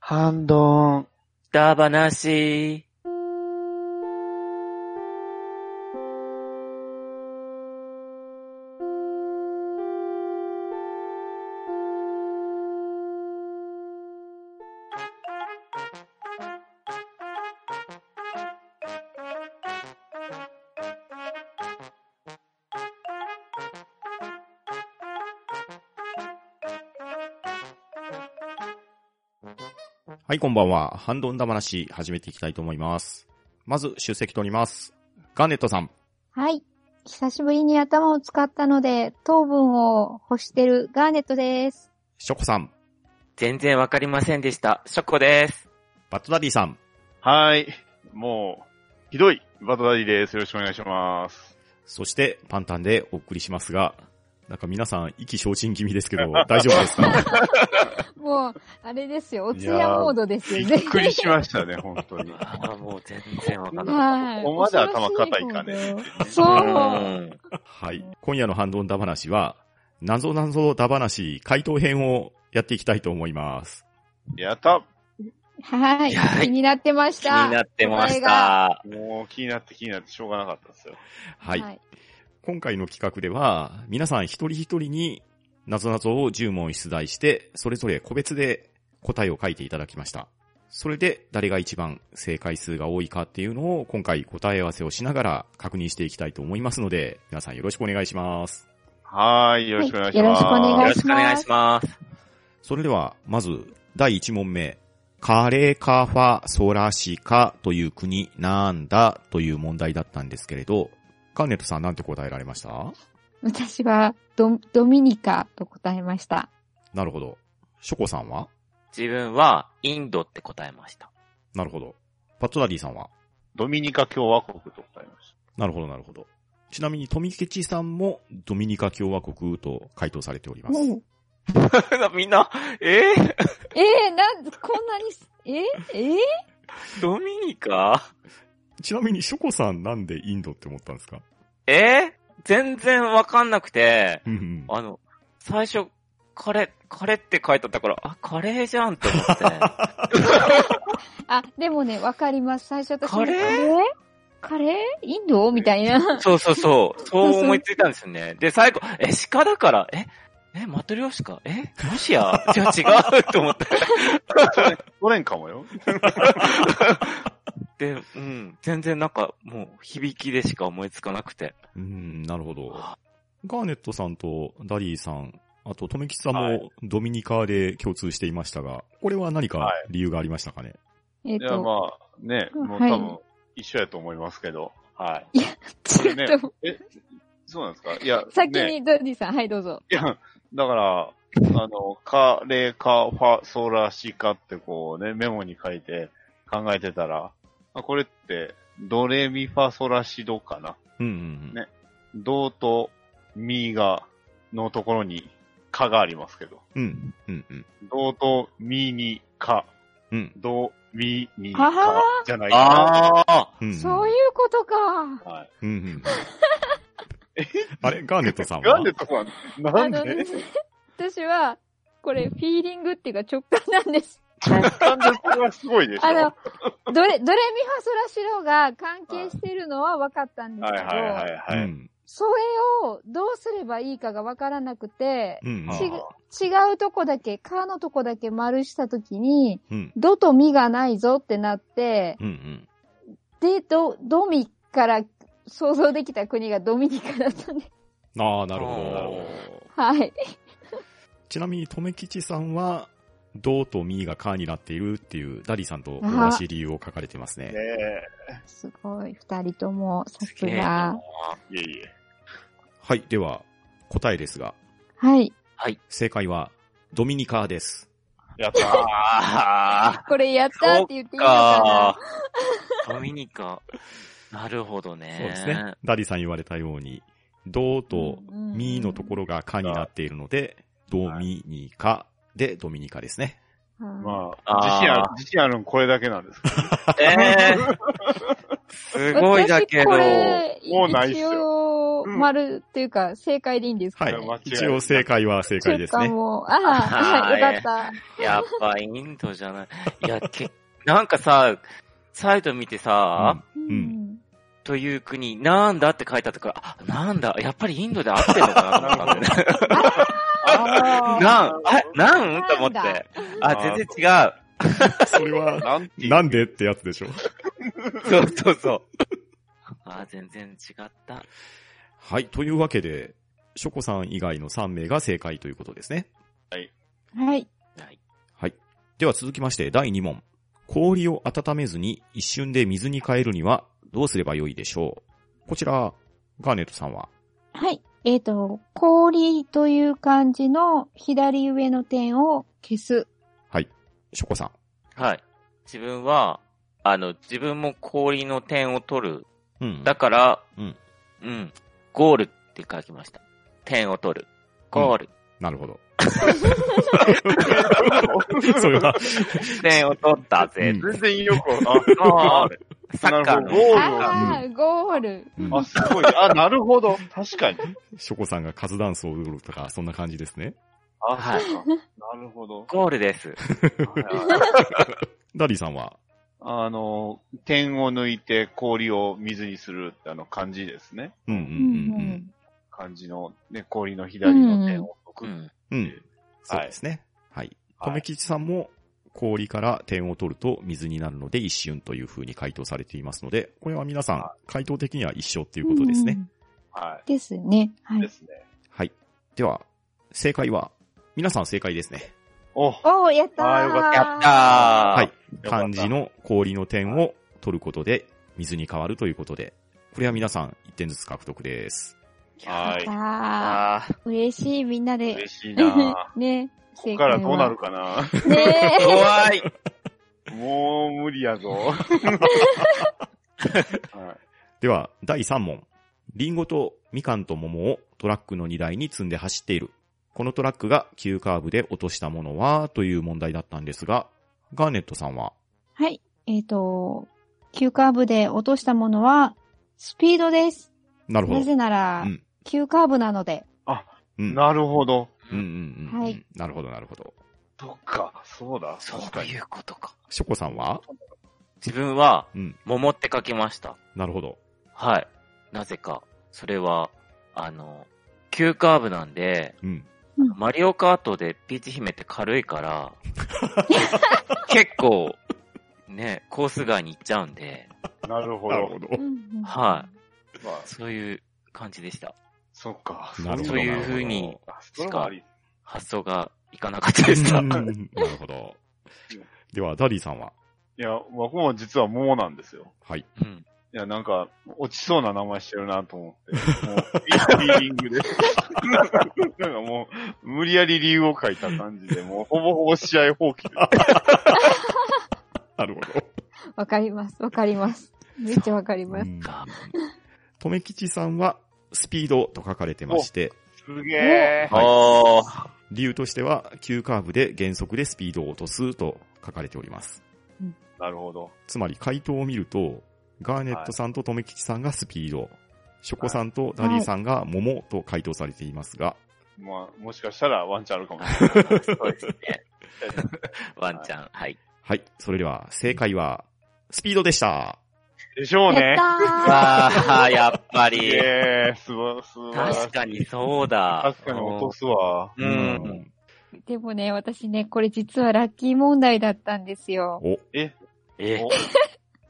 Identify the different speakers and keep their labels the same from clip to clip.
Speaker 1: ハンドン。
Speaker 2: だばなし。
Speaker 3: はい、こんばんは。ハンドンダ話、始めていきたいと思います。まず、出席取ります。ガーネットさん。
Speaker 4: はい。久しぶりに頭を使ったので、糖分を欲してるガーネットです。
Speaker 3: ショコさん。
Speaker 2: 全然わかりませんでした。ショコです。
Speaker 3: バッドダディさん。
Speaker 5: はい。もう、ひどい、バトダディです。よろしくお願いします。
Speaker 3: そして、パンタンでお送りしますが、なんか皆さん、意気消沈気味ですけど、大丈夫ですか
Speaker 4: もう、あれですよ。おつやモードです
Speaker 5: び
Speaker 4: よ
Speaker 5: っ
Speaker 4: ね。
Speaker 5: くりしましたね、本当に。
Speaker 2: ああ、もう全然わかんない。
Speaker 4: はい。
Speaker 5: ここまで頭固いかね
Speaker 4: 恐ろ
Speaker 2: う
Speaker 4: しい方でそう。
Speaker 2: ん。
Speaker 3: はい。今夜のハンドンダ話は、謎謎ダ話、回答編をやっていきたいと思います。
Speaker 5: やった
Speaker 4: はい
Speaker 2: は。い
Speaker 4: 気になってまし
Speaker 2: 気
Speaker 4: た。
Speaker 2: になってまし
Speaker 4: 答えが
Speaker 2: た。
Speaker 5: もう気になって気になってしょうがなかったですよ。
Speaker 3: はい。今回の企画では、皆さん一人一人に謎々を10問出題して、それぞれ個別で答えを書いていただきました。それで誰が一番正解数が多いかっていうのを今回答え合わせをしながら確認していきたいと思いますので、皆さんよろしくお願いします。
Speaker 5: はい。よろしくお願いします。
Speaker 4: はいよろしくお
Speaker 2: よ
Speaker 4: 願
Speaker 2: ろ
Speaker 4: い
Speaker 2: しくお願いします。
Speaker 3: それでは、まず第1問目。カレカファソラシカという国なんだという問題だったんですけれど、カーネットさんなんて答えられました
Speaker 4: 私はド、ドミニカと答えました。
Speaker 3: なるほど。ショコさんは
Speaker 2: 自分は、インドって答えました。
Speaker 3: なるほど。パットダディさんは
Speaker 5: ドミニカ共和国と答えまし
Speaker 3: なるほど、なるほど。ちなみに、富吉さんもドミニカ共和国と回答されております。
Speaker 2: みんな、えー、
Speaker 4: えー、なんで、こんなに、ええ
Speaker 2: ドミニカ
Speaker 3: ちなみに、ショコさんなんでインドって思ったんですか
Speaker 2: えー、全然わかんなくて、
Speaker 3: うんうん。
Speaker 2: あの、最初、カレ、カレって書いてあったから、あ、カレーじゃんって思って。
Speaker 4: あ、でもね、わかります。最初私も
Speaker 2: カレー
Speaker 4: カレーインドみたいな。
Speaker 2: そうそうそう。そう思いついたんですよね。で、最後、え、鹿だから、ええ、マトリョシカえロシアじゃあ違う と思って。
Speaker 5: た。ソ連かもよ。
Speaker 2: で、うん。全然なんか、もう、響きでしか思いつかなくて。
Speaker 3: うん、なるほど。ガーネットさんとダリーさん、あと富吉さん
Speaker 5: は
Speaker 3: も
Speaker 5: い
Speaker 3: ドミニカで共通していましたが、これは何か
Speaker 5: は
Speaker 3: 理由がありましたかね、
Speaker 4: えっ
Speaker 5: いや、
Speaker 4: と、
Speaker 5: まあ、ね、もう
Speaker 4: はい
Speaker 5: 多分、一緒やと思いますけど。はい。
Speaker 4: ちょっと、
Speaker 5: そうなんですかいや、
Speaker 4: 先
Speaker 5: ね、
Speaker 4: にドディさん、はい、どうぞ。
Speaker 5: いや、だから、あの、カレカファソラシカってこうね、メモに書いて考えてたら、あこれって、ドレミファソラシドかな。
Speaker 3: うんうんうん。
Speaker 5: ねドとミが、のところに、カがありますけど。
Speaker 3: うん、うん、うん。
Speaker 5: ドとミにカ、
Speaker 3: うん、
Speaker 5: ド、ミに
Speaker 4: あは
Speaker 5: カじゃない
Speaker 2: あ
Speaker 5: か
Speaker 2: あ
Speaker 3: うん。
Speaker 4: そういうことか。
Speaker 5: な。はい。
Speaker 3: うん。うん うん、あれガーネットさんは
Speaker 5: なんでとか、なん
Speaker 4: あの
Speaker 5: で
Speaker 4: 私は、これ、フィーリングっていうか直感なんです。
Speaker 5: 直感でそれはすごいでしょ。
Speaker 4: あの、ドレ、ドレミファソラシドが関係してるのは分かったんです
Speaker 5: はい
Speaker 4: けど、
Speaker 5: はいはいは
Speaker 3: う
Speaker 5: い。
Speaker 3: ん、
Speaker 4: それをどうすればいいかが分からなくて、
Speaker 3: うん、
Speaker 5: あ
Speaker 4: 違
Speaker 5: ー
Speaker 4: うとこだけ、カのとこだけ丸したときに、
Speaker 3: うん、
Speaker 4: ドとミがないぞってなって、
Speaker 3: うん、うん。
Speaker 4: で、ド、ドミから想像できた国がドミニカだったんで。
Speaker 3: ああ、なるほ
Speaker 2: あーなる
Speaker 3: ど
Speaker 2: ほ。
Speaker 4: はい。
Speaker 3: ちなみに、とめきちさんは、ドとミがカーになっているっていう、ダリさんと同じ理由を書かれてます
Speaker 5: ね
Speaker 3: ね。
Speaker 5: え、
Speaker 4: すごい、二人とも、さす
Speaker 2: すげえな
Speaker 4: が。
Speaker 5: いえいえ。
Speaker 3: はい、では、答えですが、
Speaker 4: はい。
Speaker 3: 正解は、ドミニカです。
Speaker 5: やったー。
Speaker 2: あ
Speaker 4: これやったって言ってい
Speaker 2: ー
Speaker 4: いのか
Speaker 2: かドミニカ。なるほどね。
Speaker 3: そうですね。ダリさん言われたように、ド
Speaker 4: な
Speaker 3: と
Speaker 4: うん
Speaker 3: ミのところがカになっているので、ドミニカでドミニカですね。
Speaker 4: うん
Speaker 5: まあ、
Speaker 2: あー
Speaker 5: 自信ある、自信あるのこれだけなんですけど。
Speaker 2: えー、すごいだけど、
Speaker 4: 私これ
Speaker 5: もうないっすよ
Speaker 4: 一応応、
Speaker 5: うん
Speaker 4: 丸というか、正解でいいんですか
Speaker 3: は
Speaker 4: ね。
Speaker 5: これ間違
Speaker 3: い。
Speaker 5: い
Speaker 3: 一応正解は正解です
Speaker 4: 中華
Speaker 3: ね。
Speaker 4: も、ああ、
Speaker 2: あー
Speaker 4: よかった。
Speaker 2: やっぱインドじゃない。いや、け、なんかさ、サイト見てさ、
Speaker 3: うん
Speaker 4: うんん。
Speaker 2: という国、なんだって書いてあったから、あ、なんだ、やっぱりインドで合ってんのかなと思ったんだ よね。
Speaker 4: あー
Speaker 2: なん、あ、なんと思っ
Speaker 4: なんだ
Speaker 2: て。あ、全然違う。
Speaker 3: それは、
Speaker 5: なんていう
Speaker 3: なんでってやつでしょ。
Speaker 2: そうそうそう。あ、全然違った。
Speaker 3: はい。というわけで、ショコさん以外の3名が正解ということですね。
Speaker 4: はい。
Speaker 2: はい。
Speaker 3: はい。では続きまして、第2問。氷を温めずに一瞬で水に変えるにはどうすればよいでしょうこちら、ガーネットさんは
Speaker 4: はい。えっ、と、氷という漢字の左上の点を消す。
Speaker 3: はい。ショコさん。
Speaker 2: はい。自分は、あの、自分も氷の点を取る。
Speaker 3: うん
Speaker 2: だから、
Speaker 3: うん。
Speaker 2: うん。ゴールって書きました。点を取る。ゴール。
Speaker 3: なる ほど。それは、
Speaker 2: 点を取ったぜ。
Speaker 3: うん
Speaker 5: 全然 よく
Speaker 2: あ
Speaker 5: わあ、
Speaker 2: サッカー
Speaker 5: なるほ
Speaker 2: の。
Speaker 5: ど
Speaker 4: ああ、ゴール。
Speaker 3: うん
Speaker 5: あ、すごい。あ、なるほど。確かに。
Speaker 3: ショコさんがカズダンスを踊るとか、そんな感じですね。
Speaker 5: あ、
Speaker 2: はい
Speaker 5: そうかなるほど。
Speaker 2: ゴールです。
Speaker 3: ダディさんは、
Speaker 5: あの、点を抜いて氷を水にするってあの漢字ですね。
Speaker 3: うんう
Speaker 4: うんん。
Speaker 5: 漢字の、ね、氷の左の点を抜く。
Speaker 2: うん。
Speaker 3: うんうん。うん。そうですね。はい。とめきちさんも、氷から点を取ると水になるので一瞬という風に回答されていますので、これは皆さん、回答的には一緒っていううんことですね
Speaker 4: う。ん。
Speaker 5: は。
Speaker 4: ですね。はい
Speaker 5: で
Speaker 4: い。
Speaker 5: すね。
Speaker 3: はい。では、正解は、皆さん正解ですね。。
Speaker 5: お、
Speaker 4: おー、やったー。
Speaker 5: あーよかっ
Speaker 2: やったー。はい
Speaker 3: 漢字の氷の点を取ることで、水に変わるということで、これは皆さん1点ずつ獲得です。
Speaker 4: やっ
Speaker 5: はい
Speaker 4: た。ー。
Speaker 2: あー
Speaker 4: 嬉しい、みんなで。
Speaker 5: 嬉し いな
Speaker 4: ね。
Speaker 5: こ
Speaker 4: 正
Speaker 5: こから
Speaker 4: は
Speaker 5: どうなるかな
Speaker 4: ね
Speaker 2: 怖い。
Speaker 5: もう無理や ぞ。は
Speaker 3: では、第3問。リンゴとみかんと桃をトラックの荷台に積んで走っている。このトラックが急カーブで落としたものは、という問題だったんですが、ガーネットさんは、
Speaker 4: はい。えっ、と、急カーブで落としたものは、スピードです。
Speaker 3: なるほ
Speaker 4: な
Speaker 3: ど。
Speaker 4: ぜなら、
Speaker 3: うん
Speaker 4: 急カーブなので。
Speaker 3: う
Speaker 5: い。
Speaker 3: ん。
Speaker 5: なるほど。
Speaker 3: うんうんうんうん。
Speaker 4: はい
Speaker 3: なるほど、なるほど。
Speaker 5: そっか、そうだ。
Speaker 2: そ
Speaker 5: 確か
Speaker 2: う
Speaker 5: に
Speaker 2: い。うことか。
Speaker 3: ショコさんは
Speaker 2: 自分は、
Speaker 3: うん。
Speaker 2: 桃って書きました。
Speaker 3: なるほど。
Speaker 2: はい。なぜか。それは、あの、急カーブなんで、
Speaker 3: うん。
Speaker 2: マリオカートでピーチ姫って軽い から、結構、ね、コース外に行っちゃうんで、
Speaker 5: なるほ
Speaker 3: なる
Speaker 5: ど
Speaker 3: ほ。ど。
Speaker 2: は
Speaker 5: まあ、
Speaker 2: そういう感じでした。
Speaker 5: そっか。
Speaker 3: なるほど
Speaker 2: そういうふう
Speaker 3: なる
Speaker 2: に
Speaker 3: ほ
Speaker 5: あそれもあり。
Speaker 2: 発想がいかなかったでした
Speaker 3: う。んなるほど。では、ダディさんはい
Speaker 5: や、僕も実は桃なんですよ。
Speaker 3: はい。
Speaker 2: うん。
Speaker 5: いや、なんか、落ちそうな名前してるなと思って。もう、いいフィーリングで。なんかもう、無理やり理由を書いた感じで、もう、ほぼほぼ試合放棄で
Speaker 3: なるほど。
Speaker 4: い。わかります。わかります。めっちゃわかり ます。
Speaker 3: とめきちさんは、スピードと書かれてまして、
Speaker 5: す。すげえ。
Speaker 3: はい
Speaker 2: おー。
Speaker 3: 理由としては、急カーブで減速でスピードを落とすと書かれております。
Speaker 5: なるほど。
Speaker 3: つまり回答を見ると、ガーネットさんととめきちさんがスピード、ショコさんとダディさんが桃と回答されていますが、
Speaker 5: まあ、もしかしたらワンチャンあるかもし
Speaker 2: そうですね。 ワンちゃん、はい。
Speaker 3: はい。それでは、正解は、スピードでした。
Speaker 5: れない。でしょ
Speaker 4: や
Speaker 5: う
Speaker 4: っ
Speaker 5: ね
Speaker 4: た。
Speaker 2: ああ、やっぱ
Speaker 5: す
Speaker 2: り。
Speaker 5: げえ、すご、すごい。
Speaker 2: 確かにそうだ。
Speaker 5: 確かに落とす わ。
Speaker 2: う。
Speaker 3: うんん
Speaker 4: ー でもね、私ね、これ実はラッキー問題だったんですよ。
Speaker 3: お、
Speaker 5: え、
Speaker 2: え
Speaker 5: お、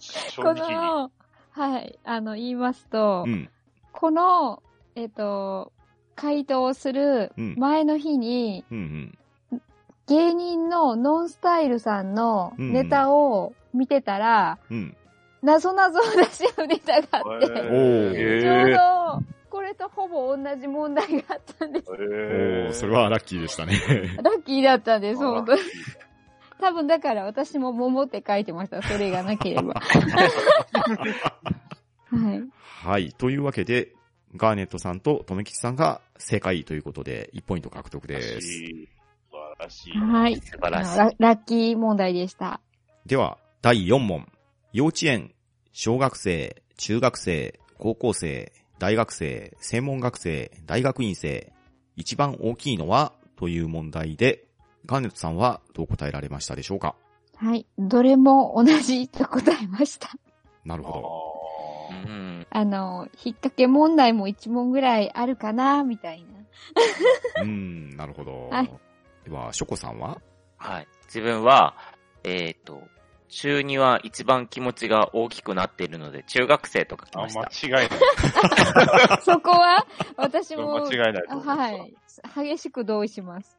Speaker 5: 正
Speaker 4: こ
Speaker 5: 直に。
Speaker 4: の、はい、あの、言いますと、
Speaker 3: うん。
Speaker 4: この、えっ、と、回答をする
Speaker 3: うん
Speaker 4: 前の日に、
Speaker 3: うんうん。
Speaker 4: 芸人のノンスタイルさんのネタを見てたら、
Speaker 3: うん。
Speaker 4: なぞなぞを出し合うネタがあって、
Speaker 5: え
Speaker 3: おー
Speaker 2: えー
Speaker 4: ちょうど、これとほぼ同じ問題があったんです。
Speaker 3: お
Speaker 5: え
Speaker 3: ーそれはラッキーでしたね。
Speaker 4: ラッキーだったんです、本当に。
Speaker 5: に。
Speaker 4: 多分だから私も桃って書いてました、それがなけれ ば。はい。
Speaker 3: はい。というわけで、ガーネットさんととめきちさんが正解ということで、1ポイント獲得です。
Speaker 5: 素晴らしい。
Speaker 4: はい。
Speaker 2: 素晴らしい
Speaker 4: あのララッキー問題でした。
Speaker 3: では、第4問。幼稚園、小学生、中学生、高校生、大学生、専門学生、大学院生、一番大きいのはという問題で、ガーネットさんはどう答えられましたでしょうか
Speaker 4: はい。どれも同じと答えました。
Speaker 3: なる
Speaker 5: あ
Speaker 3: ほど。
Speaker 2: う
Speaker 5: ー
Speaker 2: ん。
Speaker 4: あの、引っ掛け問題も一問ぐらいあるかな、みたいな。
Speaker 3: うーん、なるほど。
Speaker 4: はい
Speaker 3: では、ショコさんは
Speaker 2: はい。自分は、えっ、と、中2は一番気持ちが大きくなっているので、中学生と書き
Speaker 5: あ
Speaker 2: ました。
Speaker 5: 間 違いない。
Speaker 4: そこは、私も、
Speaker 5: 間違いないと
Speaker 4: あ
Speaker 5: 思います。
Speaker 4: はい。激しく同意します。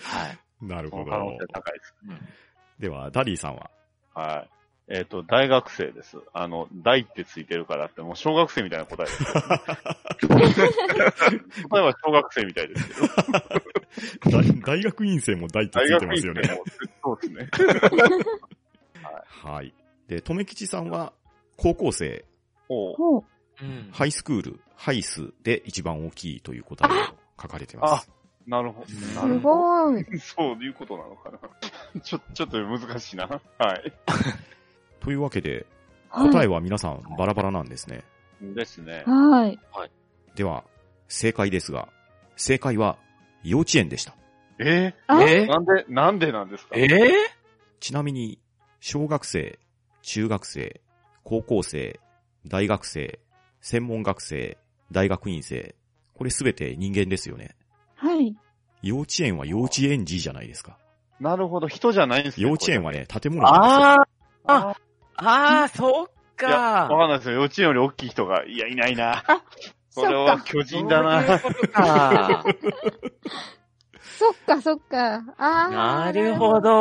Speaker 2: はい。
Speaker 3: なる
Speaker 5: その可能性高いです。
Speaker 2: うん
Speaker 3: では、ダディさんは
Speaker 5: はい。えっ、と、大学生です。あの、大ってついてるからって、もう小学生みたいな答 えですよ。答えは小学生みたいですけど。
Speaker 3: 大 大学院生も大って
Speaker 5: 大
Speaker 3: つい
Speaker 5: 学
Speaker 3: てますよ
Speaker 5: 院生
Speaker 3: ね。
Speaker 5: も、そうですね。
Speaker 3: はい。で、とめきちさんは、高校生、
Speaker 5: おう
Speaker 4: ほう。
Speaker 2: うん。
Speaker 3: ハイスクール、ハイスで一番大きいという答えを書かれてます。
Speaker 5: なるほ
Speaker 2: す
Speaker 5: ど。な
Speaker 4: す
Speaker 5: るほど。
Speaker 4: ごい。
Speaker 5: そういうことなのかな。 ちょ、ちょっと難しいな。はい。
Speaker 3: というわけで、
Speaker 4: はい
Speaker 3: 答えは皆さんバラバラなんですね。
Speaker 5: ですね。
Speaker 4: はい。
Speaker 3: では、正解ですが、正解は、幼稚園でした。
Speaker 5: え
Speaker 4: あ
Speaker 5: ー、
Speaker 2: え
Speaker 5: なんで、なんでなんですか
Speaker 2: えー
Speaker 3: ちなみに、小学生、中学生、高校生、大学生、専門学生、大学院生、これすべて人間ですよね。
Speaker 4: はい。
Speaker 3: 幼稚園は幼稚園児じゃないですか。
Speaker 5: なるほど。人じゃないんですね
Speaker 3: 幼稚園はね、建物なんで
Speaker 2: あー、
Speaker 5: これ
Speaker 2: あ
Speaker 5: あ
Speaker 2: ー、そっ
Speaker 5: ーいや、わ
Speaker 2: か。
Speaker 5: かんないですよ。幼稚園より大きい人が、いや、いないな。
Speaker 4: そ
Speaker 5: これ
Speaker 4: っ
Speaker 5: は
Speaker 4: か。
Speaker 5: 巨人だな。
Speaker 2: そういうことか。
Speaker 4: そっか、そっか。あー。
Speaker 2: なるほど
Speaker 5: なる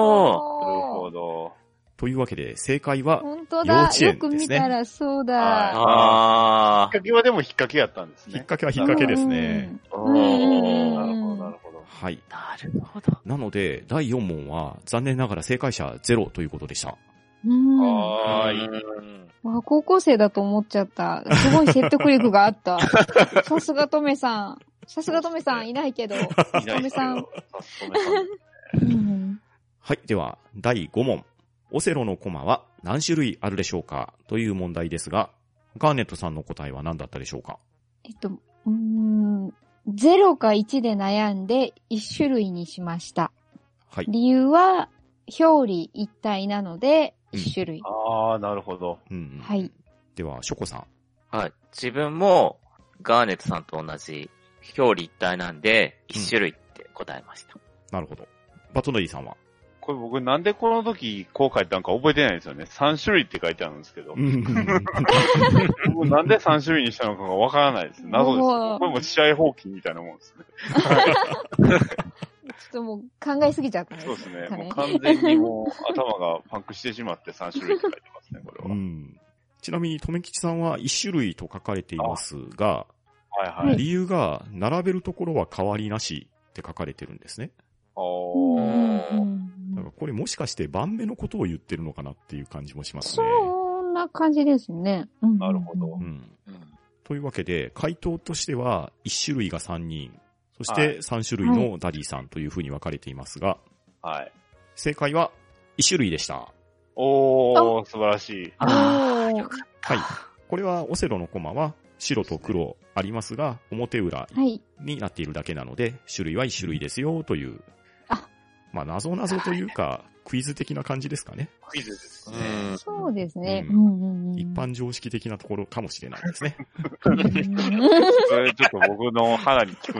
Speaker 4: ど。
Speaker 5: ほど。
Speaker 3: す。というわけで、正解は、
Speaker 4: 本当
Speaker 3: 幼
Speaker 4: だ
Speaker 3: 稚。園
Speaker 4: よく見
Speaker 3: です
Speaker 4: た
Speaker 3: ね
Speaker 4: らそう
Speaker 5: はい
Speaker 4: だ。
Speaker 5: 引っ
Speaker 2: あ
Speaker 5: 掛けはでも引っ掛けやったんです
Speaker 3: 引っ
Speaker 5: ね。
Speaker 3: 掛けは引っ掛けですね。
Speaker 5: お
Speaker 4: うんうんうん
Speaker 5: ーなるほど、なるほど。
Speaker 3: はい。
Speaker 2: ー、なるほど。
Speaker 3: なので、第4問は、残念ながら正解者ゼロということでした。
Speaker 4: うん。うん。
Speaker 5: はーい。
Speaker 2: うん
Speaker 4: わ、高校生だと思っちゃった。すごい説得力があった。 さすがとめさん。さすがとめさんいないけど。
Speaker 5: いないですけど
Speaker 4: トメさん。
Speaker 5: トメさん
Speaker 4: うん
Speaker 3: はい。では、第5問。オセロのコマは何種類あるでしょうかという問題ですが、ガーネットさんの答えは何だったでしょうか
Speaker 4: えっと、うーん、0か1で悩んで1種類にしました。
Speaker 3: はい。
Speaker 4: 理由は、表裏一体なので
Speaker 3: うん
Speaker 4: 1種類。
Speaker 5: ああ、なるほど。
Speaker 3: うんうん
Speaker 4: はい。
Speaker 3: では、ショコさん。
Speaker 2: はい。自分も、ガーネットさんと同じ、表裏一体なんで、一種類って答えました。
Speaker 3: なるほど。バトノリーさんは
Speaker 5: これ僕なんでこの時こう書いたのか覚えてないんですよね。3種類って書いてあるんですけど。僕なんで3種類にしたのかがわからないです。謎です。
Speaker 4: おー
Speaker 5: これも試合放棄みたいなもんですね。
Speaker 4: ちょっともう考えすぎちゃったね。
Speaker 5: そうですね。
Speaker 4: はい
Speaker 5: もう完全にもう頭がパンクしてしまって3種類って書いてますね、これ
Speaker 3: う
Speaker 5: は。
Speaker 3: んちなみに、とめきちさんは一種類と書かれていますが、
Speaker 5: はいはい。
Speaker 3: 理由が、並べるところは変わりなしって書かれてるんですね。
Speaker 5: お
Speaker 4: うん
Speaker 5: ー。
Speaker 4: うん
Speaker 3: だからこれもしかして盤目のことを言ってるのかなっていう感じもしますね。
Speaker 4: そんな感じですね。うん
Speaker 5: なるほど
Speaker 3: うん。
Speaker 2: うん
Speaker 3: というわけで、回答としては、一種類が3人、そし
Speaker 5: は
Speaker 3: て
Speaker 5: い
Speaker 3: 3種類のダディさんというふうに分かれていますが、
Speaker 5: はい。
Speaker 3: 正解は1種類でした。
Speaker 5: おー、素晴らしい。
Speaker 2: あ
Speaker 4: おー
Speaker 2: ー、よかった。
Speaker 3: これはオセロのコマは白と黒ありますが、表裏
Speaker 4: はい。
Speaker 3: になっているだけなので、種類は1種類ですよという
Speaker 4: あ、
Speaker 3: まあ、謎謎というか、クイズ的な感じですかね。
Speaker 5: クイズです
Speaker 2: うん
Speaker 4: そうですね。
Speaker 3: う
Speaker 4: うんんうんうん
Speaker 3: 一般常識的なところかもしれない ですね。
Speaker 4: うん
Speaker 5: それちょっと僕の肌に効くんで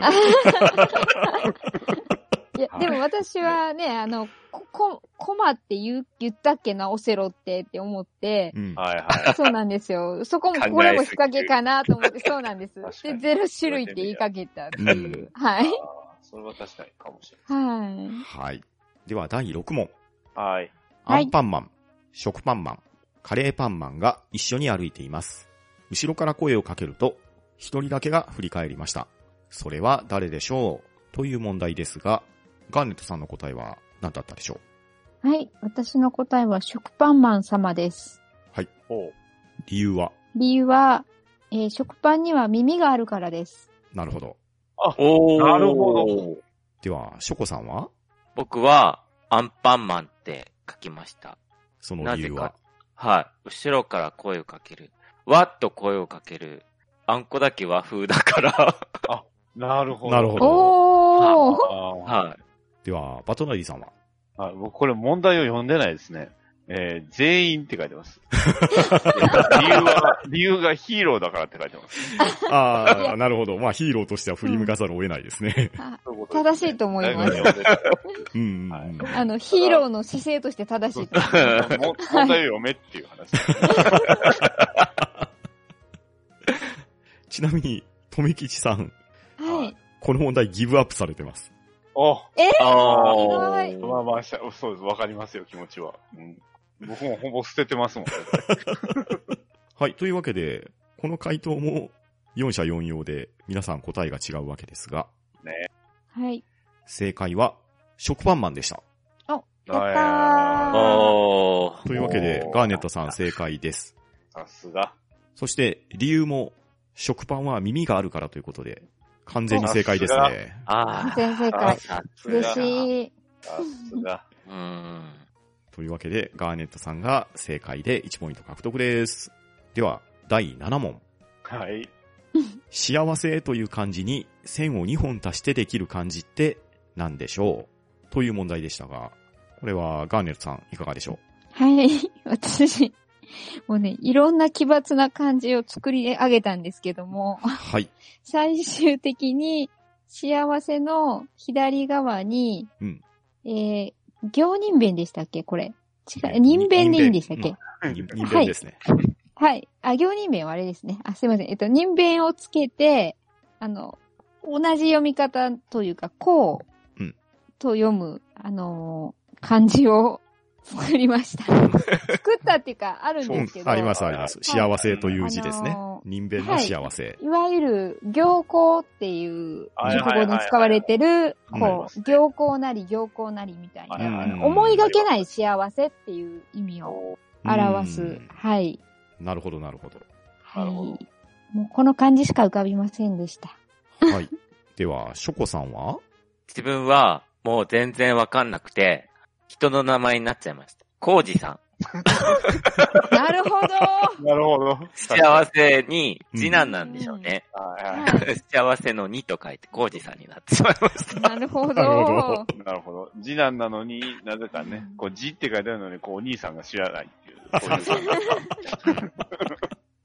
Speaker 4: いや、でも私はね、あの、こ、こ、コマって言う、言ったっけな、オセロってって思って、
Speaker 3: うん。
Speaker 5: はいはい。
Speaker 4: そうなんですよ。そこも、
Speaker 2: 考えすぎ
Speaker 4: これも引っ掛けかなと思って、そうなんです
Speaker 5: 確。か
Speaker 4: で、
Speaker 5: に
Speaker 4: ゼロ種類って言いかけたって
Speaker 3: う
Speaker 4: い
Speaker 3: ん
Speaker 4: う。はい。
Speaker 5: それは確かにかもしれ
Speaker 4: は
Speaker 3: はい。では、第6問。
Speaker 5: ない。はい。
Speaker 3: ア
Speaker 4: はい
Speaker 3: ンパンマン、食パンマン、カレーパンマンが一緒に歩いています。後ろから声をかけると、一人だけが振り返りました。それは誰でしょうという問題ですが、ガーネットさんの答えは何だったでしょう
Speaker 4: い。はい。私の答えは、食パンマン様です。
Speaker 5: おう。
Speaker 3: 理由は
Speaker 4: 理由は、えー食パンには耳があるからです。
Speaker 3: なるほど。
Speaker 2: おー
Speaker 5: なるほど。
Speaker 3: では、ショコさんは
Speaker 2: 僕は、アンパンマンって書きました。
Speaker 3: その理由
Speaker 2: なぜ
Speaker 3: は
Speaker 2: かはい。後ろから声をかける。わっと声をかける。あんこだけ和風だから、
Speaker 5: なるほど。
Speaker 3: なるほど
Speaker 4: おー
Speaker 5: あ
Speaker 2: は
Speaker 3: では、バトナリーさんは
Speaker 5: ーはい。僕これ問題を読んでないですね。えー、全員って書いて ます。理由は、理由がヒーローだからって書いてます。
Speaker 3: ああ、なるほど。まあヒーローとしては振り向かざるを得ないですね。
Speaker 4: 正しいと思います
Speaker 5: だぶ読んでた
Speaker 3: うんうん
Speaker 5: はい
Speaker 3: うん。
Speaker 4: あの、ヒーローの姿勢として正しい。
Speaker 5: も問題を読めっていう話。
Speaker 3: ちなみに、とめきちさん、
Speaker 4: はい。
Speaker 3: この問題ギブアップされてます。
Speaker 5: あ、
Speaker 2: い。
Speaker 4: ー
Speaker 2: あ
Speaker 5: まあまあ、しゃそうです。わかりますよ、気持ちは。うん、僕もほぼ捨ててますもん。
Speaker 3: はい。というわけで、この回答も4者4用で皆さん答えが違うわけですが、
Speaker 4: はい。
Speaker 3: 正解は食パンマンでした。
Speaker 4: やったー
Speaker 2: あ。
Speaker 5: あ
Speaker 2: おー
Speaker 3: というわけで
Speaker 5: お、ー
Speaker 3: ガーネットさん正解です。
Speaker 5: さすが。
Speaker 3: そして、理由も、食パンは耳があるからということで、完全に正解です
Speaker 5: おさ
Speaker 3: ね。
Speaker 2: あ
Speaker 4: 全正
Speaker 5: あ
Speaker 4: 解。
Speaker 2: ー。
Speaker 5: すが
Speaker 4: 嬉しい。
Speaker 5: さすが。
Speaker 2: うーん。
Speaker 3: というわけで、ガーネットさんが正解で1ポイント獲得です。では、第7問。
Speaker 5: はい。
Speaker 3: 幸せという漢字に線を2本足してできる漢字って何でしょうという問題でしたが、これはガーネットさんいかがでしょ
Speaker 4: はい。私、もうね、いろんな奇抜な感じを作り上げたんですけども、
Speaker 3: うはい。
Speaker 4: 最終的に幸せの左側に、
Speaker 3: うん
Speaker 4: えー、行人弁でしたっけこれ。違う、
Speaker 3: に
Speaker 4: 人弁でいいんでしたっけ
Speaker 3: 人人人弁ですね。
Speaker 4: はい。あ、行人弁はあれですね。あ、すいません。えっと、人弁をつけて、あの、同じ読み方というか、こう、
Speaker 3: うん
Speaker 4: と読む、あのー漢字 を作りました。作ったっていうか、あるん
Speaker 5: そう
Speaker 4: ですけど。
Speaker 3: ありますあります。
Speaker 4: はい
Speaker 3: 幸せという字ですね
Speaker 4: あ。の
Speaker 3: 人弁の幸せ。
Speaker 4: いわゆる、行行っていう
Speaker 5: はい
Speaker 4: 熟語に使われてる、
Speaker 3: はいはいはい
Speaker 5: は
Speaker 4: こ、
Speaker 5: いう
Speaker 4: 行行なり行行なりみたい
Speaker 5: はい
Speaker 4: な、
Speaker 5: はい
Speaker 3: うん
Speaker 4: 思いがけない幸せっていう意味を
Speaker 5: お
Speaker 4: 表
Speaker 3: う
Speaker 4: す
Speaker 3: ん。
Speaker 4: はい。
Speaker 3: なるほど、なるほど。
Speaker 4: は
Speaker 5: ないるほど。
Speaker 4: もうこの漢字しか浮かびませんで した。
Speaker 3: はい。 では、ショコさんは
Speaker 2: 自分は、もう全然わかんなくて、人の名前になっちゃいました。コウジさん。
Speaker 4: なるほど
Speaker 5: なるほど。
Speaker 2: 幸せに、次男なんでしょうね。
Speaker 5: は
Speaker 4: は
Speaker 2: 幸せの2と書いて、コウジさんになってしまいまし
Speaker 4: いなるほ
Speaker 3: なる
Speaker 4: ど。
Speaker 5: い。なるほど。次男なのに、なぜかね、こう、字って書いてあるのに、こう、お兄さんが知らな いっていう。そういう
Speaker 2: た。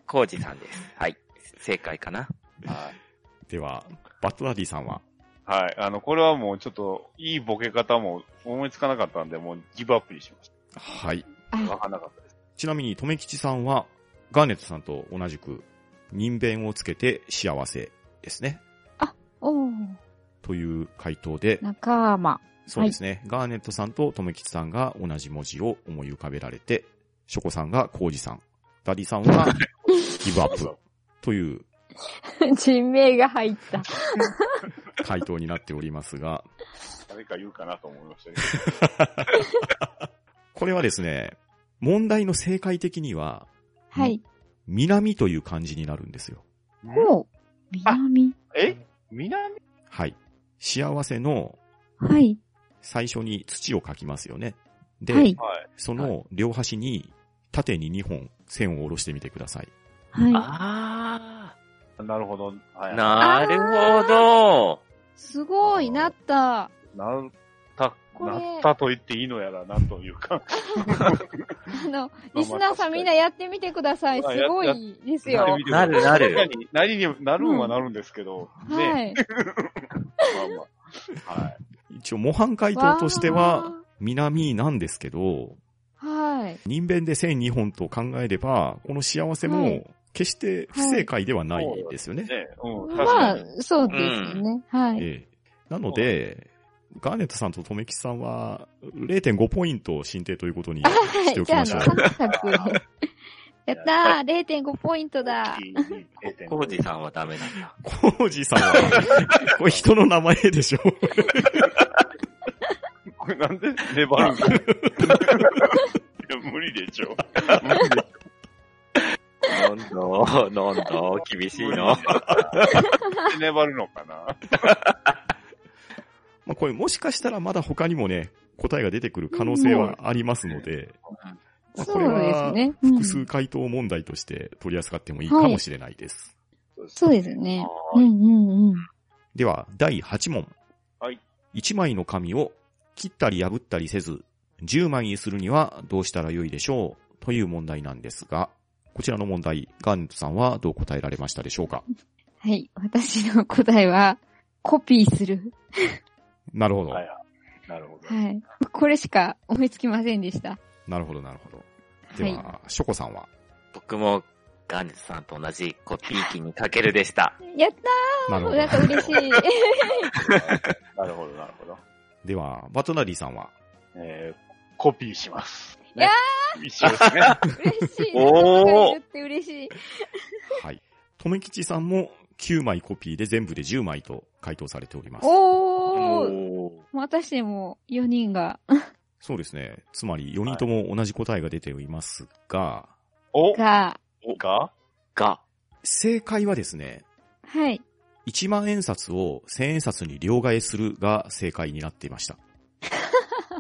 Speaker 2: コウジさんです。はい。正解かな。
Speaker 5: はい。
Speaker 3: では、バットダディさんは
Speaker 5: はい。あの、これはもうちょっと、いいボケ方も思いつかなかったんで、もうギブアップにしまし
Speaker 3: はい。
Speaker 5: た。わ
Speaker 4: あ、
Speaker 5: かんなかったです。
Speaker 3: ちなみに、とめきちさんは、ガーネットさんと同じく、人弁をつけて幸せですね。
Speaker 4: おー
Speaker 3: という回答で、
Speaker 4: 仲間。
Speaker 3: そうですね。ガーネットさんととめきちさんが同じ文字を思い浮かべられて、ショコさんがコウジさん、ダディさん はギブアップという
Speaker 4: 人名が入った。
Speaker 3: 回答になっておりますが、
Speaker 5: 誰か言うかなと思いましたけど。
Speaker 3: これはですね、問題の正解的には、
Speaker 4: はい。
Speaker 3: 南という漢字になるんですよ。
Speaker 4: おう。南。
Speaker 5: え南
Speaker 3: はい。幸せの
Speaker 4: はい。
Speaker 3: 最初に土を書きますよね。で、
Speaker 4: はい。
Speaker 5: はい。
Speaker 3: その両端に縦に2本線を下ろしてみてください。
Speaker 4: はい。
Speaker 2: あ
Speaker 5: なるほど。は
Speaker 2: あ、
Speaker 5: い。
Speaker 2: なるほど。
Speaker 4: すごい、なった。
Speaker 5: なった、
Speaker 4: これ
Speaker 5: なったと言っていいのやら、なんというか。
Speaker 4: あの、 リスナーさんみんなやってみてください。す
Speaker 5: まあ
Speaker 4: ご
Speaker 5: やっ
Speaker 4: いです
Speaker 5: やって
Speaker 4: よ
Speaker 5: み。て
Speaker 2: なるな
Speaker 5: 確か
Speaker 2: る。
Speaker 5: に、なりに、なるんはなるんですけど、
Speaker 4: は
Speaker 5: ね。
Speaker 4: い。
Speaker 5: まあまあ。はい。
Speaker 3: 一応模範回答として
Speaker 4: わ
Speaker 3: は、南なんですけど、
Speaker 4: はい。
Speaker 3: 人弁で線2本と考えれば、この幸せ
Speaker 4: は
Speaker 3: も
Speaker 4: い
Speaker 3: 決して不正解ではないですよね。
Speaker 5: ね、うん、
Speaker 4: ま
Speaker 5: 確か
Speaker 4: あ
Speaker 5: に。、
Speaker 4: そうですね。はい。
Speaker 3: ええなので、ガーネットさんととめきちさんは0.5ポイント進呈ということに
Speaker 4: は
Speaker 3: して
Speaker 4: い。
Speaker 3: おき
Speaker 4: じゃあ、
Speaker 3: ま
Speaker 4: あ
Speaker 3: しょ
Speaker 4: の、
Speaker 3: う。
Speaker 4: 三角で。やったー !0.5 ポイントだ。
Speaker 5: いいいい0.5
Speaker 2: コウジさんはダメなんだ。
Speaker 3: コウジさんは、こ れ人の名前でしょ
Speaker 5: これなんで粘るん だいや、無理でしょ。
Speaker 2: なんだ、なんだ、厳しいの。
Speaker 5: 粘るのかな
Speaker 3: まあこれもしかしたらまだ他にもね、答えが出てくる可能性はありますので、まあ
Speaker 4: そ
Speaker 3: これ
Speaker 4: うです
Speaker 3: は
Speaker 4: ね。うん
Speaker 3: 複数回答問題として取り扱ってもいいかもしれないです。
Speaker 5: そことです
Speaker 4: そうですよね。う
Speaker 5: は
Speaker 4: ん
Speaker 5: い
Speaker 4: うんうん。
Speaker 3: では、第8問。
Speaker 5: はい。
Speaker 3: 1枚の紙を切ったり破ったりせず、10枚にするにはどうしたらよいでしょうという問題なんですが、こちらの問題、ガンさんはどう答えられましたでしょうか
Speaker 4: はい。私の答えは、コピーする。
Speaker 3: なるほど。
Speaker 5: はいはい。なるほど。
Speaker 4: はい。これしか思いつきませんでした。
Speaker 3: なるほど、なるほど。
Speaker 4: は
Speaker 3: で
Speaker 4: い。
Speaker 3: は、ショコさんは
Speaker 2: 僕もガンズさんと同じコピー機にかけるでした。
Speaker 4: やっ
Speaker 3: な
Speaker 4: た
Speaker 3: る
Speaker 4: ー
Speaker 3: ほ
Speaker 4: も
Speaker 3: ど
Speaker 4: うなんか 嬉しい。
Speaker 5: なるほど、なるほど。
Speaker 3: では、バトナリーさんは
Speaker 5: えー、コピーします。
Speaker 4: いや
Speaker 5: ー一緒で すね。
Speaker 4: 嬉しい。
Speaker 5: おー
Speaker 4: なんか言って嬉しい。
Speaker 3: はい。とめきちさんも9枚コピーで全部で10枚と回答されております。
Speaker 4: おー
Speaker 2: おー
Speaker 4: またしても4人が、
Speaker 3: そうですね。つまり4人とも同じ答えが出ておりますが、
Speaker 5: お
Speaker 4: が、
Speaker 5: が
Speaker 2: が、
Speaker 3: 正解はですね、
Speaker 4: はい。
Speaker 3: 1万円札を1000円札に両替するが正解になっていました。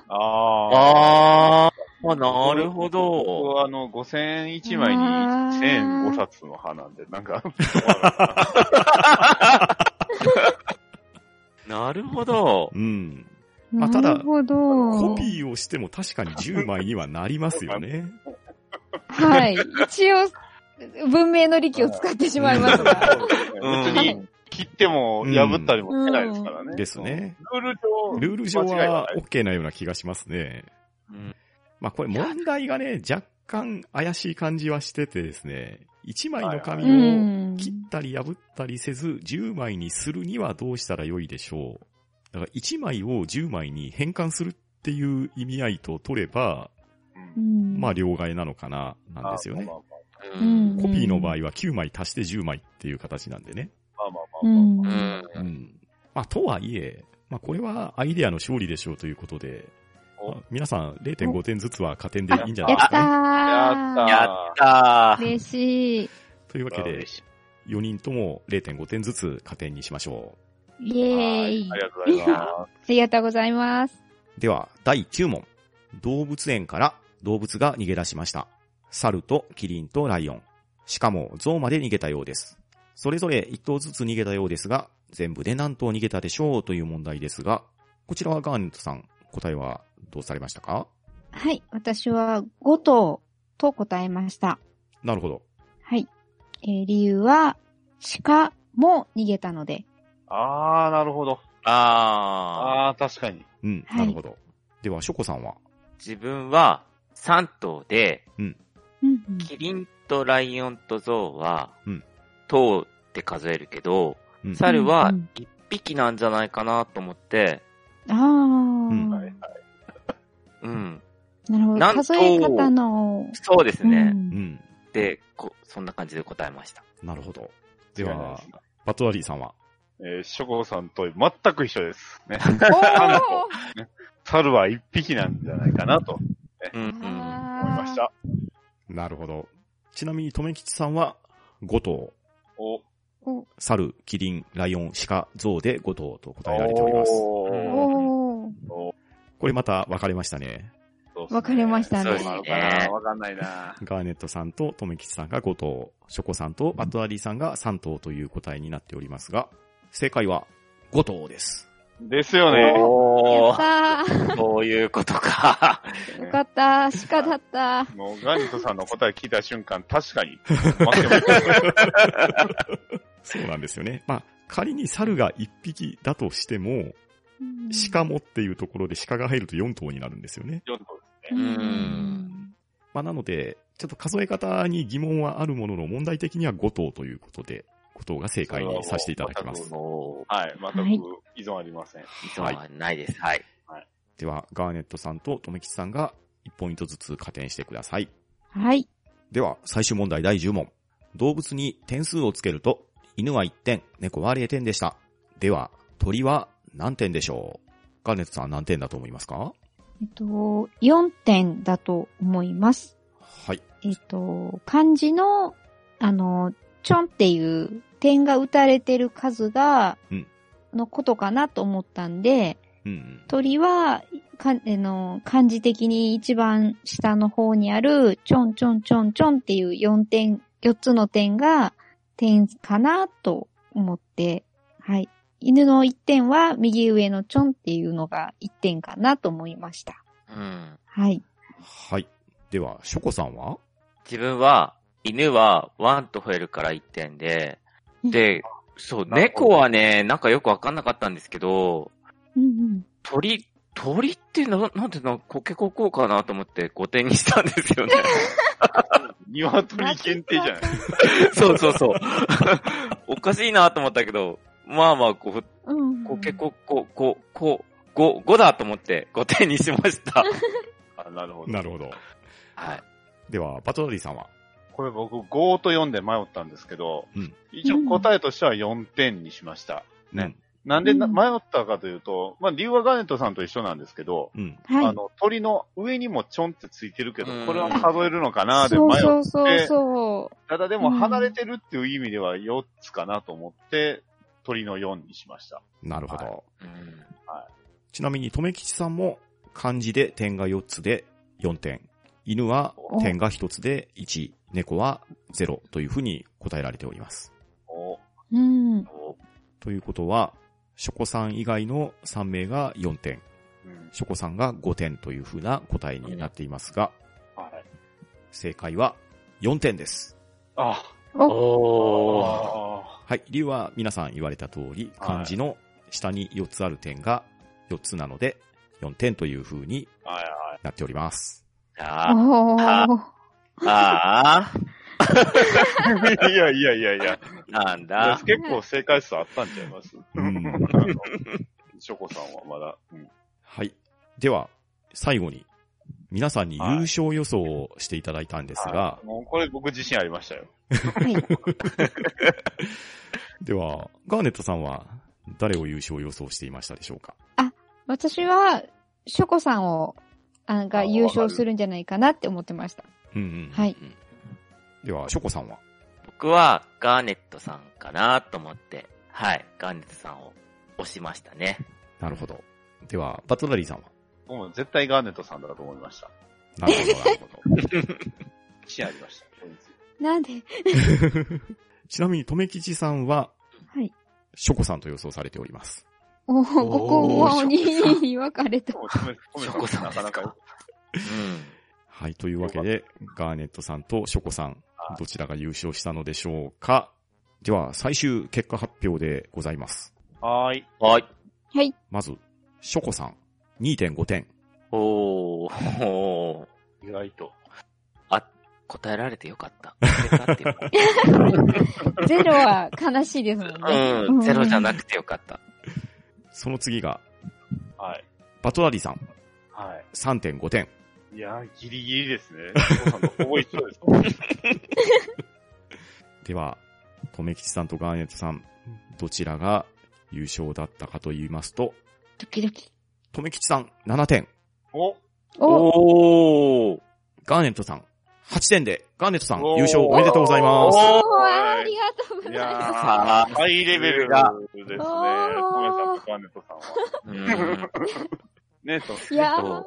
Speaker 5: ああ。
Speaker 2: あー、あなるほ
Speaker 5: 僕
Speaker 2: ど。
Speaker 5: はあの、5000円1枚に
Speaker 4: あー
Speaker 5: 1000円5冊の派なんで、な んか、
Speaker 2: なるほど。
Speaker 3: うん。まあただ
Speaker 4: なるほど。
Speaker 3: コピーをしても確かに10枚にはなりますよね。
Speaker 4: はい。一応、文明の利器を使ってしまいま すが。
Speaker 2: うん
Speaker 5: 別に切っても破ったりもしてないですからね。
Speaker 3: ですね。
Speaker 5: ルール上、
Speaker 3: ルール上
Speaker 5: 間違い
Speaker 3: は
Speaker 5: ない
Speaker 3: OK なような気がしますね。
Speaker 2: うん
Speaker 3: まあこれ問題がね、若干怪しい感じはしててですね、1枚の紙
Speaker 4: う
Speaker 3: を
Speaker 4: ん。
Speaker 3: 切ったり破ったりせず10枚にするにはどうしたらよいでしょう。だから1枚を10枚に変換するっていう意味合いと取れば、
Speaker 5: うん
Speaker 4: うん
Speaker 3: まあ両替なのかな、なんですよね
Speaker 5: ま。あ
Speaker 2: う。
Speaker 4: うんん
Speaker 3: コピーの場合は9枚足して10枚っていう形なんでね。
Speaker 5: まあまあ
Speaker 4: う
Speaker 5: まあまあまあまあ
Speaker 4: ん
Speaker 2: う。。
Speaker 3: うんん。まあとはいえ、まあこれはアイデアの勝利でしょうということで、
Speaker 5: お
Speaker 3: まあ皆さん0.5点ずつは加点でいいんじゃな
Speaker 4: や
Speaker 3: い
Speaker 4: っ
Speaker 3: ですか
Speaker 4: た
Speaker 3: ね。
Speaker 4: ー。
Speaker 5: やった
Speaker 2: やったー。
Speaker 4: 嬉しい。
Speaker 3: というわけで
Speaker 5: 嬉、しい
Speaker 3: 4人とも0.5点ずつ加点にしましょ
Speaker 4: イエーイ。
Speaker 5: は
Speaker 4: あ
Speaker 5: いありがとうござ います。
Speaker 4: りがとうございます。
Speaker 3: う。では、第9問。動物園から動物が逃げ出しました。猿とキリンとライオン。しかもゾウまで逃げたようです。それぞれ1頭ずつ逃げたようですが、全部で何頭逃げたでしょうという問題ですが、こちらはガーネットさん、答えはどうされましたか
Speaker 4: はい。私は5頭と答えました。
Speaker 3: なるほど。
Speaker 4: はい。えー理由は、鹿も逃げたので。
Speaker 5: あー、なるほど。
Speaker 2: あー。
Speaker 5: あー、確かに。
Speaker 3: うん、
Speaker 4: は
Speaker 3: な
Speaker 4: い
Speaker 3: るほど。では、ショコさんは
Speaker 2: 自分は3頭で、
Speaker 4: うんうん
Speaker 2: キリンとライオンとゾウは
Speaker 3: うん、
Speaker 2: 頭って数えるけど、
Speaker 3: うん
Speaker 2: 猿は
Speaker 4: うん
Speaker 2: 1匹なんじゃないかなと思って、
Speaker 4: ああ、
Speaker 3: ん
Speaker 5: はい
Speaker 2: うん。
Speaker 4: なるほ
Speaker 2: なん
Speaker 4: ど。
Speaker 2: と
Speaker 4: 数え方の。
Speaker 2: そうです
Speaker 4: う
Speaker 2: ね。
Speaker 3: うん ん、
Speaker 2: で、こそんな感じで答えました。
Speaker 3: なるほど。で
Speaker 5: 違いない
Speaker 3: は
Speaker 5: す、
Speaker 3: バトラリーさんは
Speaker 5: えー、ショコさんと全く一緒です。ね。
Speaker 4: おー
Speaker 5: 猿は一匹なんじゃないかなと
Speaker 2: うんうん。
Speaker 5: 思いました。
Speaker 3: なるほど。ちなみに、とめきちさんは5頭。
Speaker 5: お、
Speaker 3: 猿、キリン、ライオン、鹿、ゾウで5頭と答えられております。
Speaker 5: おー
Speaker 4: おー
Speaker 3: これまた分かれましたね。
Speaker 5: そうっすね
Speaker 4: 分かれました
Speaker 2: そうで
Speaker 4: ね
Speaker 2: す。
Speaker 5: なのか
Speaker 2: ね
Speaker 5: なわかんないな。
Speaker 3: ガーネットさんととめきちさんが5頭、ショコさんとバトラリーさんが3頭という答えになっておりますが、正解は5頭です。
Speaker 5: ですよね。
Speaker 4: や
Speaker 2: お
Speaker 4: っ
Speaker 2: ー、
Speaker 4: た
Speaker 2: そういうことか。
Speaker 4: ー。よかった。鹿だった。
Speaker 5: もうガニトさんの答え聞いた瞬間、確か に。待ってました
Speaker 3: そうなんですよね。まあ、仮に猿が1匹だとしても、
Speaker 4: うん
Speaker 3: 鹿。もっていうところで鹿が入ると4頭になるんですよね。
Speaker 5: ちょっと
Speaker 2: う
Speaker 4: う
Speaker 2: ん
Speaker 4: ん。
Speaker 3: まあ、なので、ちょっと数え方に疑問はあるものの、問題的には5頭ということで、5頭が正解にさせていただきます。
Speaker 2: もう、
Speaker 5: はい、全く依存ありません。
Speaker 2: 依存はないです。はい。
Speaker 3: では、ガーネットさんととめきちさんが1ポイントずつ加点してください。
Speaker 4: はい。
Speaker 3: では、最終問題第10問。動物に点数をつけると、犬は1点、猫は0点でした。では、鳥は何点でしょうガーネットさん何点だと思いますか
Speaker 4: えっと、4点だと思います。
Speaker 3: はい。
Speaker 4: えっと、漢字の、あの、ちょんっていう点が打たれてる数が
Speaker 3: うん、
Speaker 4: のことかなと思ったんで、
Speaker 3: うんうん。
Speaker 4: 鳥は、かあの漢字的に一番下の方にある、ちょんちょんちょんちょんっていう4点、4つの点が、点かなと思って、はい。犬の1点は右上のチョンっていうのが1点かなと思いました。
Speaker 2: うん。
Speaker 4: はい。
Speaker 3: はい。では、ショコさんは
Speaker 2: 自分は、犬はワンと増えるから1点で、で、そう、
Speaker 5: なるほ
Speaker 2: 猫
Speaker 5: ど
Speaker 2: はね、なんかよくわかんなかったんですけど、
Speaker 4: うんうん。
Speaker 2: 鳥、鳥ってな、なんてな、コケコこうかなと思って5点にしたんですよね。
Speaker 5: 鶏限定じゃない
Speaker 2: そうそうそう。おかしいなと思ったけど、まあまあ、こう、
Speaker 4: うん。
Speaker 2: こけこ、こ、こ、こ、5、5だと思って5点にしました。
Speaker 5: あなるほど。
Speaker 3: なるほど。
Speaker 2: はい。
Speaker 3: では、バトドリーさんは
Speaker 5: これ僕5と4で迷ったんですけど、
Speaker 3: うん
Speaker 5: 一応答えとしては4点にしました。ね。なんでな
Speaker 4: うん
Speaker 5: 迷ったかというと、まあ理由はガーネットさんと一緒なんですけど、
Speaker 3: うん。
Speaker 4: はい。
Speaker 5: あの鳥の上にもちょんってついてるけど
Speaker 2: うん、
Speaker 5: これは数えるのかなで
Speaker 4: そ
Speaker 5: 迷
Speaker 4: う
Speaker 5: っ
Speaker 4: そうそうそ
Speaker 5: ただでも離れてるっていう意味では4つかなと思って、鳥の4にしました。
Speaker 3: なるほど。
Speaker 5: は
Speaker 2: うん
Speaker 3: ちなみに、とめきちさんも漢字で点が4つで4点。犬は点が1つで1、猫は0というふうに答えられております。
Speaker 5: お
Speaker 4: う。うん。
Speaker 5: お
Speaker 3: ということは、ショコさん以外の3名が4点、
Speaker 5: うん
Speaker 3: ショコさんが5点というふうな答えになっていますが、
Speaker 5: はい。
Speaker 3: 正解は4点です。
Speaker 5: あ
Speaker 2: おー。
Speaker 5: あ
Speaker 3: はい。理由は皆さん言われた通り、
Speaker 5: はい
Speaker 3: 漢字の下に4つある点が4つなので、4点という風に
Speaker 5: ー。はいはい。
Speaker 3: なっております。
Speaker 2: あー
Speaker 4: おー。
Speaker 2: あ
Speaker 5: いやいやいやいや。
Speaker 2: ー、なんだ。
Speaker 5: 結構正解数あったんちゃいます
Speaker 3: うん
Speaker 5: あのショコさんはまだ。うん
Speaker 3: はい。では、最後に、皆さんに優勝予想をしていただいたんですが
Speaker 5: は、いもうこれ僕自信ありましたよ。
Speaker 4: はい。
Speaker 3: では、ガーネットさんは誰を優勝予想していましたでしょうか
Speaker 4: 私は、ショコさんを、あ
Speaker 5: あ
Speaker 4: が優勝するんじゃないかなって思ってました。
Speaker 3: うんうん。
Speaker 4: はい。
Speaker 3: では、ショコさんは
Speaker 2: 僕はガーネットさんかなと思って、はい、ガーネットさんを押しましたね。
Speaker 3: なるほど。では、バトラリーさんは
Speaker 5: 僕も絶対ガーネットさんだと思いました。
Speaker 3: なるほど、なる ほど。
Speaker 5: 自信ありました。これについて
Speaker 4: なんで
Speaker 3: ちなみに、とめきちさんは、
Speaker 4: はい。
Speaker 3: ショコさんと予想されております。
Speaker 4: おー、ここは2に分かれた
Speaker 5: で。も止め
Speaker 2: シ
Speaker 5: 止
Speaker 2: ョコ
Speaker 5: め
Speaker 2: さ
Speaker 5: た
Speaker 2: ん
Speaker 5: な
Speaker 2: です
Speaker 5: か
Speaker 2: か
Speaker 5: なか。
Speaker 2: う
Speaker 3: はい。というわけで、ガーネットさんとショコさん、どちらが優勝したのでしょうかでは、最終結果発表でございます。
Speaker 5: はーい。
Speaker 2: ん。はい。
Speaker 4: はい。
Speaker 3: まず、ショコさん、2.5点。
Speaker 2: おー、おー
Speaker 5: 意外と。
Speaker 2: あ、答えられてよかった。正解っていうか
Speaker 4: ゼロは悲しいですもんね。
Speaker 2: うん、ゼロじゃな
Speaker 4: て。
Speaker 2: くてよかった。
Speaker 3: その次が、
Speaker 5: はい。
Speaker 3: バトラリーさん、
Speaker 5: は
Speaker 3: 3.5点。
Speaker 5: い。いやー、ギリギリですね。ショコさんのほぼ一緒ですもん
Speaker 3: では、とめきちさんとガーネットさん、どちらが優勝だったかと言いますと、
Speaker 4: ドキドキ。
Speaker 3: とめきちさん、7点。
Speaker 5: お
Speaker 4: お
Speaker 2: おー。
Speaker 3: ガーネットさん、8点で、ガーネットさん、
Speaker 5: おー
Speaker 3: 優勝おめでとうござい
Speaker 2: お
Speaker 3: ま
Speaker 4: お
Speaker 3: す。
Speaker 4: ー
Speaker 2: ー
Speaker 4: ありがとうござ
Speaker 5: い
Speaker 4: い
Speaker 5: や
Speaker 4: ま
Speaker 5: ー、ハイレベル
Speaker 2: さ
Speaker 5: ですね。
Speaker 4: おー
Speaker 5: トメさんとガーネットさんは。
Speaker 2: うん
Speaker 5: ね、と。
Speaker 4: す。いや
Speaker 2: えっ
Speaker 4: ー、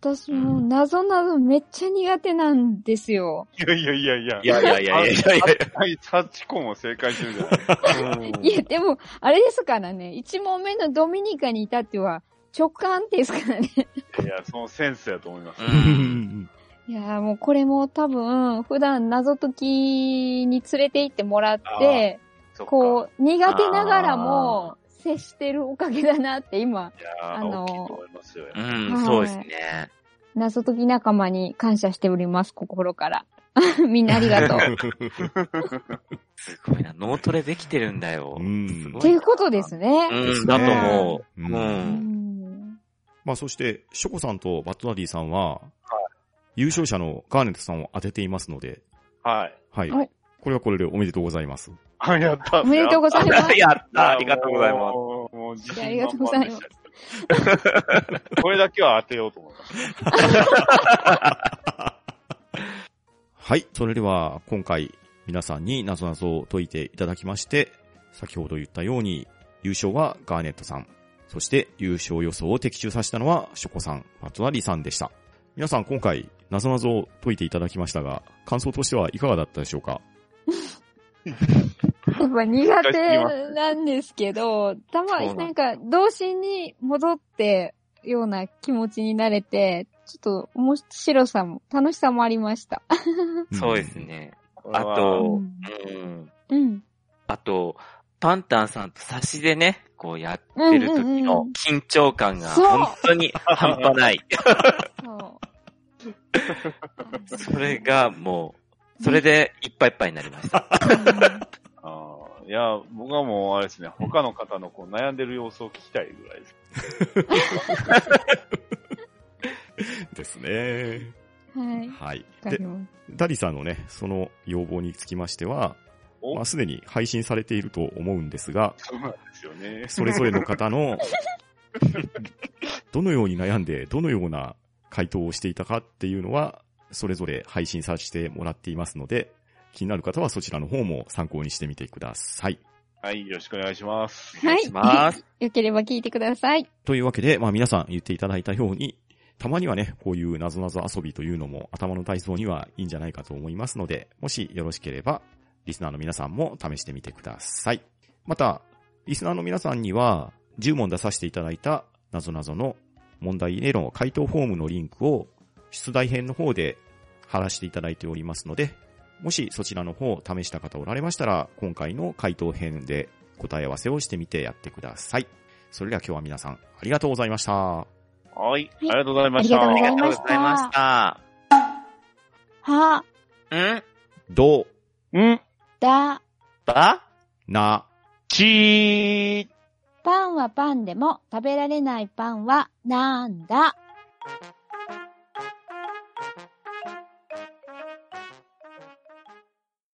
Speaker 4: 私も謎々めっちゃ苦手なんですよ。
Speaker 5: いやいやいやいや。
Speaker 2: いやいやいやいやいやいや
Speaker 5: はい、タッチコも正解するじゃないですか。
Speaker 4: いや、でも、あれですからね、一問目のドミニカに至っては直感ですから ね。
Speaker 5: いや、そのセンスやと思います。
Speaker 4: いやーもうこれも多分、普段謎解きに連れて行ってもらって、
Speaker 5: そっか
Speaker 4: こう、苦手ながらも接してるおかげだなって今、
Speaker 5: いやー、
Speaker 4: あのー
Speaker 5: 大きいと思いますよ。
Speaker 2: うん、そうですね。
Speaker 4: 謎解き仲間に感謝しております、心から。 みんなあり がとう。
Speaker 2: すごいな。脳トレできてるんだよ。
Speaker 3: うん
Speaker 2: すご
Speaker 4: って
Speaker 2: い
Speaker 4: い
Speaker 2: な
Speaker 4: う。ことですね。
Speaker 2: うん、だと思う。
Speaker 3: うん
Speaker 4: う
Speaker 2: うん。
Speaker 4: ん。
Speaker 3: まあそして、ショコさんとバットナディさんは、優勝者のガーネットさんを当てていますので、
Speaker 5: はい。
Speaker 3: はい。
Speaker 4: はい
Speaker 3: これはこれでおめでとうございます。
Speaker 5: あ、やった。
Speaker 4: おめでとうございます。
Speaker 2: やった、ありがとうございます。
Speaker 5: もうもう自
Speaker 4: いやありが
Speaker 5: 信満
Speaker 4: とうござ
Speaker 5: 々
Speaker 4: い
Speaker 5: で
Speaker 4: ます
Speaker 5: した。これだけは当てようと思います。
Speaker 3: はい。それでは、今回、皆さんに謎々を解いていただきまして、先ほど言ったように、優勝はガーネットさん。そして、優勝予想を的中させたのは、ショコさん、バトナリーさんでした。皆さん、今回、謎々を解いていただきましたが、感想としてはいかがだったでしょうか
Speaker 4: やっぱ苦手なんですけど、たま
Speaker 2: そうな
Speaker 4: に
Speaker 2: ん
Speaker 4: なんか、童心に戻ってような気持ちになれて、ちょっと面白さも、楽しさもありました。
Speaker 2: そうです。ね。
Speaker 5: あ
Speaker 2: あと
Speaker 4: う
Speaker 2: そ
Speaker 4: ん。
Speaker 2: うん。
Speaker 4: うん。
Speaker 2: あと、パンタンさんと差しでね、こうやってる時の緊張感が
Speaker 4: そう
Speaker 2: 本当に半端ない。
Speaker 4: そう
Speaker 2: それがもう、それでいっぱいいっぱいになりました。
Speaker 4: う
Speaker 5: あーいや、僕はもう、あれですね、他の方のこう悩んでる様子を聞きたいぐらいです。
Speaker 3: ですね。
Speaker 4: んはい。
Speaker 3: はい。
Speaker 4: わか
Speaker 3: で
Speaker 4: り、ます
Speaker 3: ダリさんのね、その要望につきましては、
Speaker 5: お
Speaker 3: まあ、すでに配信されていると思うんですが、
Speaker 5: そうなんですよね。
Speaker 3: それぞれの方の、どのように悩んで、どのような回答をしていたかっていうのは、それぞれ配信させてもらっていますので、気になる方はそちらの方も参考にしてみてください。
Speaker 5: はい、よろしくお願いします。
Speaker 4: はい
Speaker 2: します。
Speaker 4: よければ聞いてください。
Speaker 3: というわけで、まあ皆さん言っていただいたように、たまにはね、こういう謎々遊びというのも頭の体操にはいいんじゃないかと思いますので、もしよろしければ、リスナーの皆さんも試してみてください。また、リスナーの皆さんには、10問出させていただいた謎々の問題への回答フォームのリンクを、出題編の方で貼らせていただいておりますので、もしそちらの方を試した方おられましたら、今回の回答編で答え合わせをしてみてやってください。それでは今日は皆さん、ありがとうございました。
Speaker 5: はい、ありがとうございまし
Speaker 4: あ
Speaker 5: た。
Speaker 4: り
Speaker 2: あ
Speaker 4: が
Speaker 2: りがとうございました。
Speaker 4: は、
Speaker 2: ん
Speaker 3: ど、
Speaker 5: ん、
Speaker 4: だ、
Speaker 2: ば
Speaker 3: な、
Speaker 5: ちー
Speaker 4: パンはパンでも食べられないパンはなんだ